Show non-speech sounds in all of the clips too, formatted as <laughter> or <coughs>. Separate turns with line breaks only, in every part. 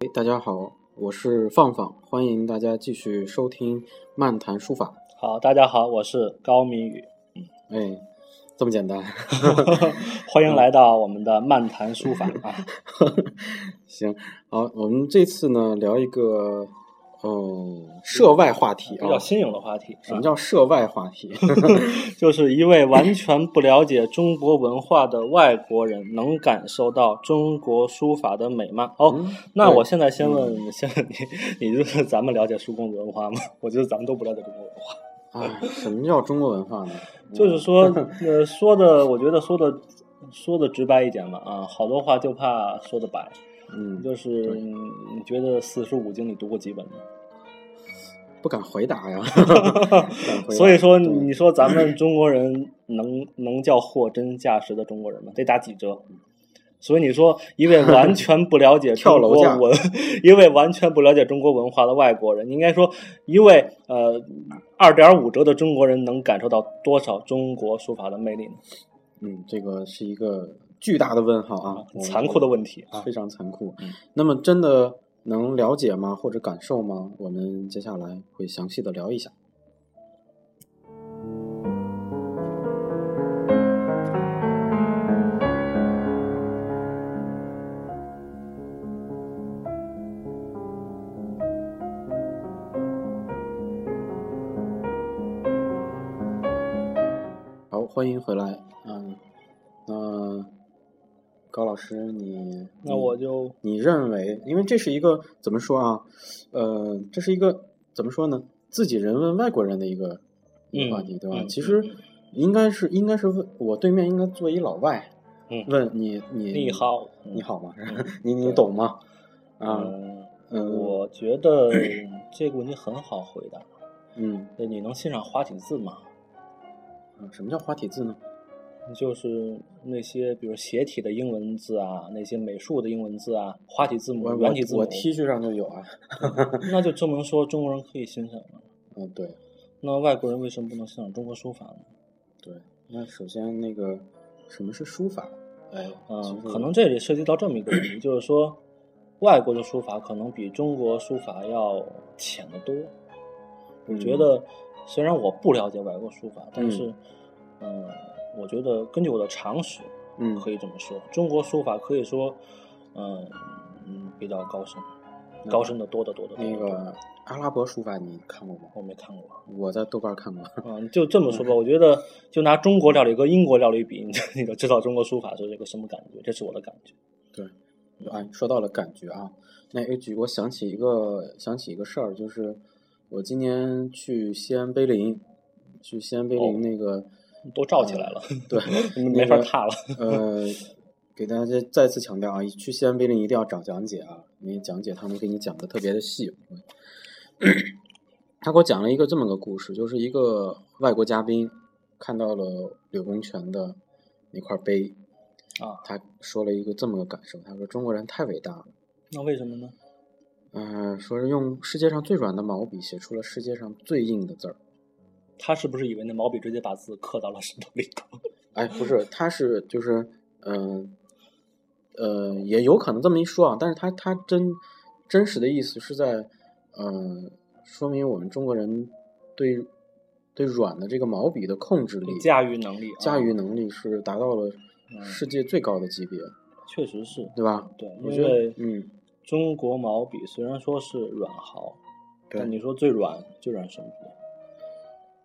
哎，大家好，我是放放，欢迎大家继续收听漫谈书法。
好，大家好，我是高明宇，
哎，这么简单， <laughs>
欢迎来到我们的漫谈书法啊。
行，好，我们这次呢聊一个呃涉外话题
比
啊
较。啊新颖的话题，
什么叫涉外话
<laughs>
题？
就是一位完全不了解中国文化的外国人能感受到中国书法的美吗？哦，
嗯
那我现在先问，先 <laughs> 问你，你就是咱们了解书公子文化吗？ <laughs> 我觉得咱们都不了解中国文化。
哎，什么叫中国文化呢？
就是说，呃，说的，我觉得说的说的直白一点嘛，啊，好多话就怕说的白。
嗯，嗯，
就是嗯你觉得四书五经你读过几本呢？
不敢回答
<laughs>
呀。不敢回答
所以说，
对
你说咱们中国人能能叫货真价实的中国人吗？得打几折？所以你说
<laughs>
一位完全不了解
跳
中
楼
国
价
文，一位完全不了解中国文化的外国人，应该说一位呃二点五折的中国人能感受到多少中国书法的魅力呢？
嗯，这个是一个巨大的问号啊，我
残酷的问题啊
非！常残酷
嗯。
那么真的能了解吗？或者感受吗？我们接下来会详细的聊一下。好，欢迎回来。嗯，那高老师，你你
那我就
你认为，因为这是一个怎么说啊？呃，这是一个怎么说呢？自己人问外国人的一个一个话题，对吧？
嗯
其实
嗯
应该是应该是问我对面应该坐一老外，
嗯
问你你
你好，
你好吗？ <laughs> 你你懂吗？啊
嗯，
嗯
我觉得这个问题很好回答。
嗯，
那你能欣赏花体字吗？
嗯什么叫花体字呢？
就是那些比如斜体的英文字啊，那些美术的英文字啊，花体字母
我、我
软体字母，
我 T 恤上就有啊。
那就证明说中国人可以欣赏了。
嗯，对
那外国人为什么不能欣赏中国书法呢？
对。那首先那个什么是书法？哎，
嗯，
其实
可能这里涉及到这么一个问题，就是说外国的书法可能比中国书法要浅得多。我
嗯
觉得虽然我不了解外国书法，但是，嗯、我觉得根据我的常识，
嗯
可以这么说，中国书法可以说，嗯、嗯，比较高深，高深的多得多得多
嗯那
得多。
个阿拉伯书法你看过吗？
我没看过，
我在豆瓣看过。 <laughs>
嗯，就这么说吧。我觉得，就拿中国料理和英国料理比，你就 <laughs> 你就知道中国书法是一个什么感觉，这是我的感觉。
哎，说到了感觉啊，那 A 局我想起一个想起一个事儿，就是我今年去西安碑林，去西
哦
安碑林那个、
都罩起来了，
嗯
<laughs>
对
没
那
法
个
踏了。
呃，给大家再次强调啊，去西安碑林一定要找讲解啊，因为讲解他们给你讲的特别的细。 <clears throat> 他给我讲了一个这么个故事，就是一个外国嘉宾看到了柳公权的那块碑
啊，
他说了一个这么个感受，他说中国人太伟大了。
那为什么呢？
嗯，说是用世界上最软的毛笔写出了世界上最硬的字儿。
他是不是以为那毛笔直接把字刻到了石头里头？
哎，不是，他是就是，嗯、呃，也有可能这么一说啊，但是他他真真实的意思是在，嗯、说明我们中国人对对软的这个毛笔的控制力、
驾驭嗯能力、啊，
驾驭能力是达到了世界最高的级别，
确实是
对吧？
对，
我
因
觉得
为，
嗯，
中国毛笔虽然说是软毫，
对
但你说最软最软什么笔？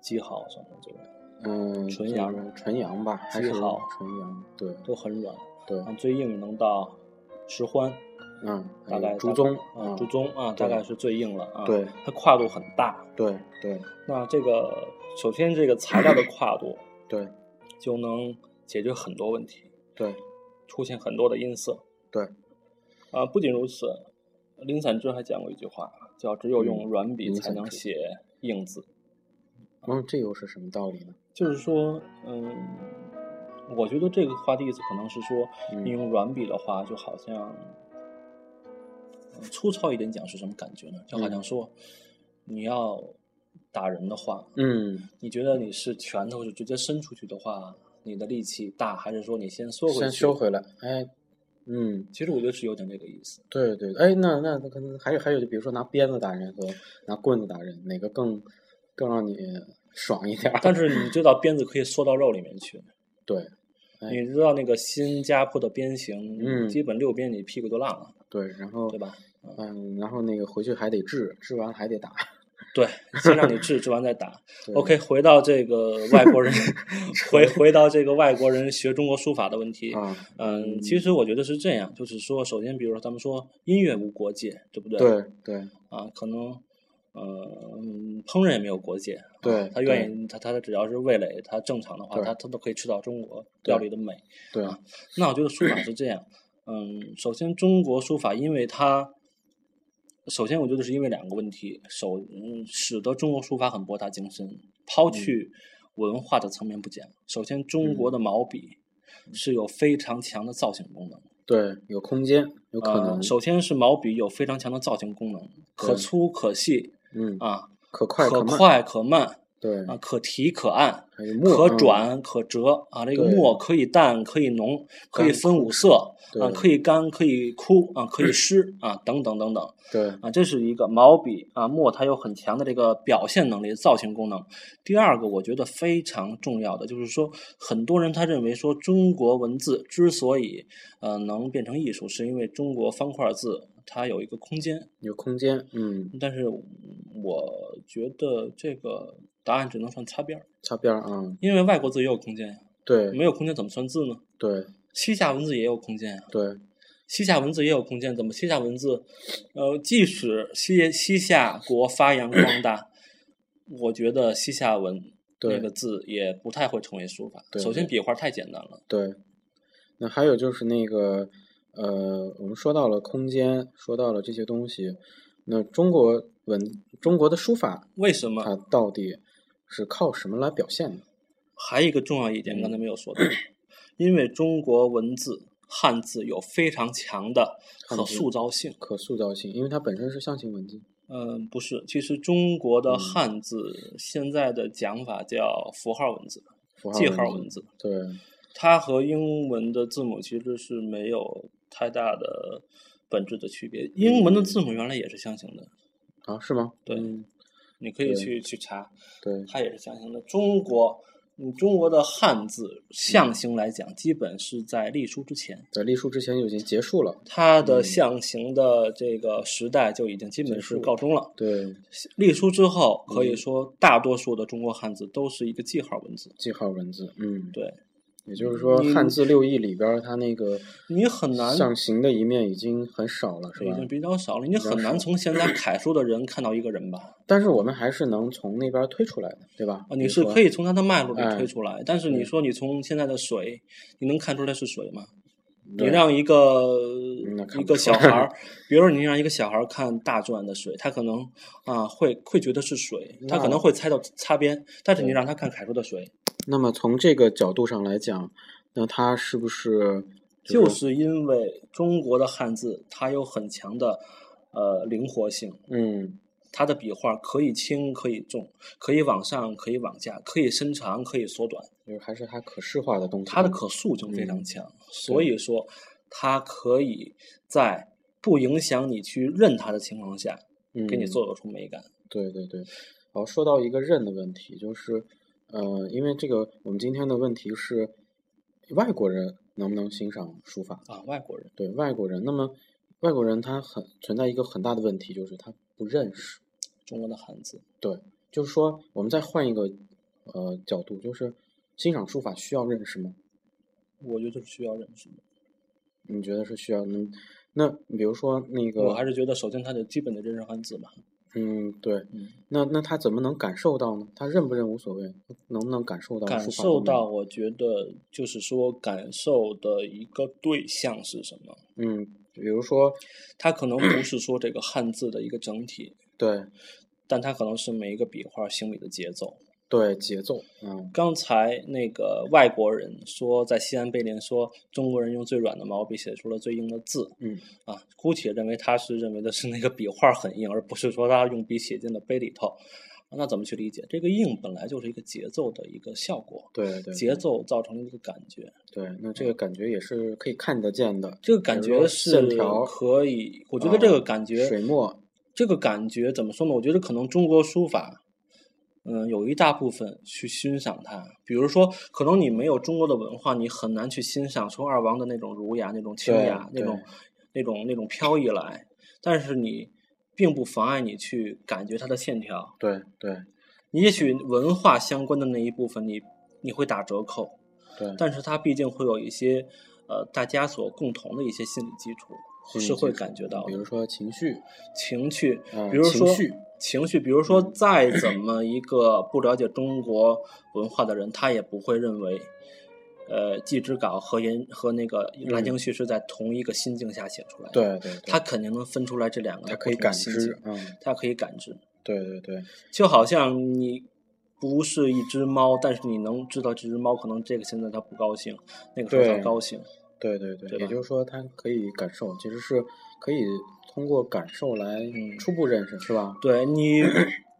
几毫什么的最软，
嗯、
纯
这
阳
个纯阳吧，还
极
是
好
纯阳，对
都很软。
对，
啊，最硬能到石欢，
嗯，还
大
有
概
竹宗
啊，
嗯
竹宗啊，
对
大概是最硬了啊。
对，
它跨度很大。
对对
那这个首先这个材料的跨度
对
就能解决很多问题，
对，
出现很多的音色。
对，
啊，不仅如此，林散之还讲过一句话，叫只有
嗯
用软笔
林
才
散
能
之
写硬字。
嗯，这又是什么道理呢？
就是说，嗯，我觉得这个话的意思可能是说，
嗯
你用软笔的话，就好像、嗯粗糙一点讲是什么感觉呢？就好像说，你要打人的话，
嗯，
你觉得你是拳头是直接伸出去的话，你的力气大，还是说你先缩回去？
先收回来。哎，嗯，
其实我觉得是有点这个意思。
对对，哎，那那那可能还有还有，就比如说拿鞭子打人和拿棍子打人，哪个更更让你爽一点儿？ <laughs>
但是你知道鞭子可以缩到肉里面去，
对哎
你知道那个新加坡的鞭刑，
嗯
基本六鞭你屁股都烂了，
对，然后
对吧？
嗯，然后那个回去还得治，治完还得打。
对，先让你治，治完再打。
对
OK，回到这个
<laughs>
外国人，回回到这个外国人学中国书法的问题。
啊，
嗯，其实我觉得是这样，就是说，首先，比如说咱们说音乐无国界，对不对？
对对
啊，可能，呃，嗯烹饪也没有国界，
对，
他愿意，他他只要是味蕾他正常的话，
对
他他都可以吃到中国料
对
理的美。
对
啊那我觉得书法是这样，嗯，首先中国书法，因为它，首先我觉得是因为两个问题，首嗯使得中国书法很博大精深，
嗯
抛去文化的层面不讲，首先中国的毛笔是有非常强的造型功能，
对，有空间，有可能嗯
呃，首先是毛笔有非常强的造型功能，可
对
粗可细
嗯，
啊，
可快
可
慢，
快可慢
对，
啊，可提可按。
还有墨
可
嗯
转可折啊，这个
对
墨可以淡，可以浓，可以
干
分五色啊，
对
可以干，可以枯啊，可以湿啊，等等等等
对
啊，这是一个毛笔啊墨，它有很强的这个表现能力、造型功能。第二个，我觉得非常重要的就是说，很多人他认为说中国文字之所以呃能变成艺术，是因为中国方块字它有一个空间，
有空间，嗯，
但是我觉得这个答案只能算擦边儿，
擦边儿啊，
因为外国字也有空间呀。
对
没有空间怎么算字呢？
对
西夏文字也有空间啊，
对
西夏文字也有空间，怎么西夏文字？呃，即使西西夏国发扬光大，我觉得西夏文那
对
个字也不太会成为书法。
对
首先
对
笔画太简单了，
对。那还有就是那个呃，我们说到了空间，说到了这些东西，那中国文中国的书法
为什么？
它到底是靠什么来表现的？
还有一个重要一点，
嗯
刚才没有说到，因为中国文字汉字有非常强的可
汉字
塑造性。
可塑造性，因为它本身是象形文字。
嗯，不是，其实中国
嗯
的汉字现在的讲法叫符号文字、
符
记号
文
文
字，
字。
对
它和英文的字母其实是没有太大的本质的区别。英文的字母原来也是象形的，
啊，是吗？
对
嗯
你可以
对
去去查，
对
它也是象形的。中国，嗯，中国的汉字
嗯
象形来讲，基本是在隶书之前，
在隶书之前就已经结束了。
它的
嗯
象形的这个时代就已经基本
结束
是
了
告终了。
对，
隶书之后，可以
嗯
说大多数的中国汉字都是一个记号文字。
记号文字，嗯，
对
也就是说
你
汉字六艺里边儿，它那个
你很难
象形的一面已经很少了，是
已
吧？
经比较少了，你
比较
很难
少
从现在楷书的人看到一个人吧？
但是我们还是能从那边儿推出来的，对吧？
啊，你是可
以，
以从它的脉络里
哎
推出来，但是你
对
说你从现在的水，你能看出来是水吗？你
对嗯
让一个
那看
一
不
个
出
小
来
孩儿，比如说你让一个小孩儿看大篆的水，他可能啊会会觉得是水，他可
那
能会猜到擦边，但是你让他看楷书的水，
那么从这个角度上来讲，那它是不是
就是因为中国的汉字它有很强的呃灵活性，
嗯
它的笔画可以轻可以重，可以往上可以往下，可以伸长可以缩短。
就是还是它可视化的东西？
它的可塑性非常
嗯
强，所以说它可以在不影响你去认它的情况下，给你
嗯
做出美感。
对对对，然后说到一个认的问题，就是，呃，因为这个我们今天的问题是，外国人能不能欣赏书法？
啊，外国人
对外国人，那么外国人他很存在一个很大的问题，就是他不认识。
中国的汉字，
就是说，我们再换一个呃角度，就是欣赏书法需要认识吗？
我觉得是需要认识的。
你觉得是需要？嗯，那比如说那个，
我还是觉得，首先它得基本的认识汉字吧。
嗯，对，
嗯，
那那他怎么能感受到呢？他认不认无所谓，能不能感受到书法
感
的
受
美
到，我觉得就是说，感受的一个对象是什么？
嗯，比如说，
它可能不是说这个汉字的一个整体，
对。
但它可能是每一个笔画行笔的节奏。
对节奏，嗯，
刚才那个外国人说，在西安碑林说中国人用最软的毛笔写出了最硬的字，
嗯，
啊，姑且认为他是认为的是那个笔画很硬，而不是说他用笔写进了碑里头。那怎么去理解？这个硬本来就是一个节奏的一个效果，
对对
节奏造成的一个感觉，
对，那这个感觉也是可以看得见的，
这个感
比如
觉
说
是
线条啊
可以，我觉得这个感觉，
水墨，
这个感觉怎么说呢？我觉得可能中国书法，嗯，有一大部分去欣赏它，比如说，可能你没有中国的文化，你很难去欣赏从二王的那种儒雅、那种清
对
雅、那
对
种、那种、那种飘逸来，但是你并不妨碍你去感觉它的线条。
对对
你也许文化相关的那一部分你，你会打折扣，
对，
但是它毕竟会有一些呃大家所共同的一些心理基础，
心理
是会
基础
感觉到
比
的
如说情绪，
情绪，
呃
比如
情
说
绪嗯
情绪，比如说再怎么一个不了解中国文化的人，他也不会认为。呃，《祭侄稿》和言和那个《兰亭序》是在同一个心境下写出来的，
嗯对对，对
他肯定能分出来这两个
它
不
可以
同的
感
心
知
境，
嗯，
他可以感知。
对对对
就好像你不是一只猫，但是你能知道这只猫可能这个现在它不高兴，那个时候它
对
高兴。
对对对，
对
也
吧
就是说，它可以感受，其实是可以通过感受来
嗯
初步认识，是吧？
对你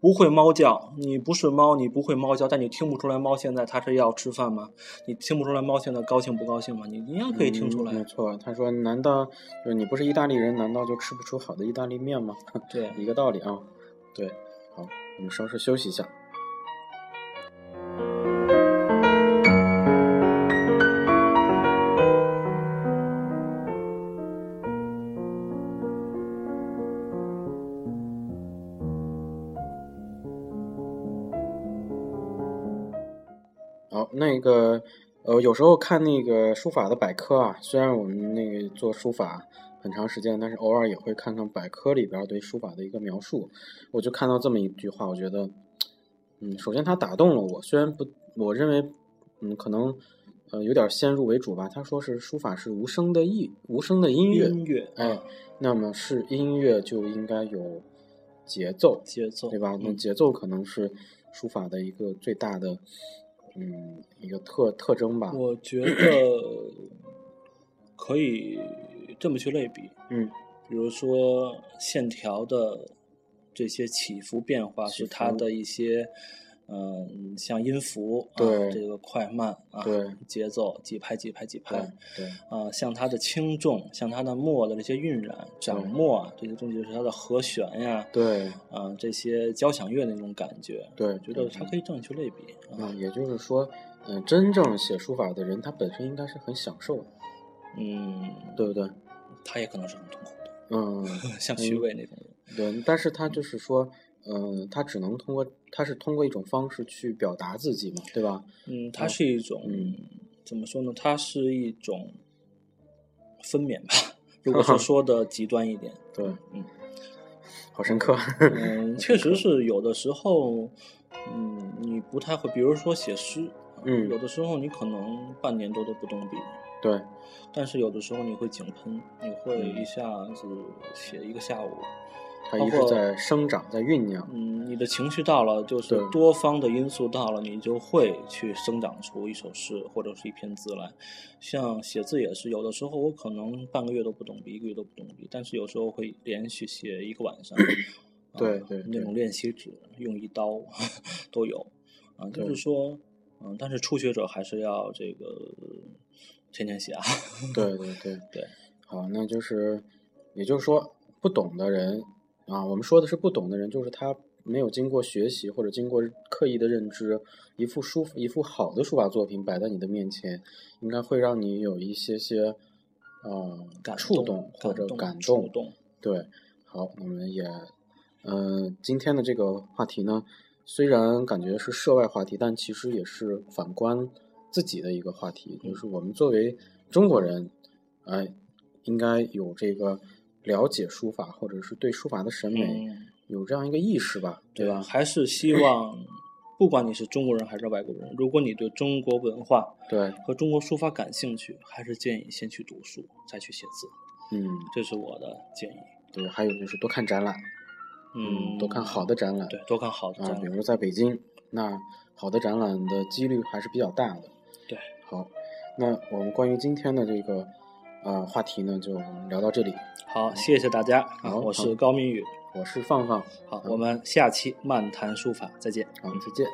不会猫叫，你不是猫，你不会猫叫，但你听不出来猫现在它是要吃饭吗？你听不出来猫现在高兴不高兴吗？你你也可以听出来。
嗯没错。他说：“难道就是你不是意大利人，难道就吃不出好的意大利面吗？”
对，
一个道理啊。对，好，我们稍事休息一下。好，那个，呃，有时候看那个书法的百科啊，虽然我们那个做书法很长时间，但是偶尔也会看看百科里边儿对书法的一个描述。我就看到这么一句话，我觉得，嗯，首先它打动了我，虽然不，我认为，嗯，可能，呃，有点先入为主吧。他说是书法是无声的意，无声的音乐，
音乐，
哎，那么是音乐就应该有节奏，
节奏，
对吧？那
嗯
节奏可能是书法的一个最大的，嗯，一个特特征吧。
我觉得可以这么去类比，
嗯，
比如说线条的这些起伏变化
起
是
伏
它的一些，嗯，像音符，
对
啊、这个快慢啊，
对
节奏几拍几拍几拍，
对
啊、
对
像它的轻重，像它的墨的这些晕染、
对
掌墨啊，这些东西就是它的和弦呀、
对
啊，这些交响乐那种感觉，
对，
我觉得
对
它可以这样去类比
啊、
啊，
也就是说，嗯、真正写书法的人，他本身应该是很享受的，
嗯，
对不对？
它也可能是很痛苦的。
嗯，
像徐伟那种人。
对。但是他就是说，嗯、他只能通过，他是通过一种方式去表达自己嘛，对吧？
嗯，它是一种、
哦嗯
怎么说呢？它是一种分娩吧。 <laughs> 如
<laughs>
果说说的极端一点，
对，
嗯，
好深刻。 <laughs>
嗯，确实是有的时候，嗯，你不太会，比如说写诗，
嗯
有的时候你可能半年多都不动笔，
对，
但是有的时候你会井喷，你会
嗯
一下子写一个下午，
他一直
包括
在生长，在酝酿。
嗯，你的情绪到了，就是
对。
多方的因素到了，你就会去生长出一首诗或者是一篇字来。像写字也是，有的时候我可能半个月都不动笔，一个月都不动笔，但是有时候会连续写一个晚上
<coughs> 对
啊
对
那种练习纸用一刀 <laughs> 都有啊，就
对
是说，嗯，但是初学者还是要这个天天写啊。
对对对
对，
好，那就是，也就是说，不懂的人啊，我们说的是不懂的人，就是他没有经过学习或者经过刻意的认知，一幅书一幅好的书法作品摆在你的面前，应该会让你有一些些呃
感
触动或
感
者
动、
感
触
动。
动，
对，好，我们也，呃，今天的这个话题呢，虽然感觉是涉外话题，但其实也是反观自己的一个话题，就是我们作为中国人，哎、应该有这个了解书法，或者是对书法的审美、
嗯。
有这样一个意识吧，对吧？
还是希望，不管你是中国人还是外国人，如果你对中国文化
对，
和中国书法感兴趣，还是建议先去读书，再去写字，
嗯，
这是我的建议。
对，还有就是多看展览，
嗯，
多看好的展览，
对，多看好的
啊，
展
比
览。
如说在北京，那好的展览的几率还是比较大的。
对，
好，那我们关于今天的这个呃话题呢，就聊到这里。
好，谢谢大家
好
啊！我
好
是高明宇，我是放放，
好，我们下期漫谈书法再见。
好，再见。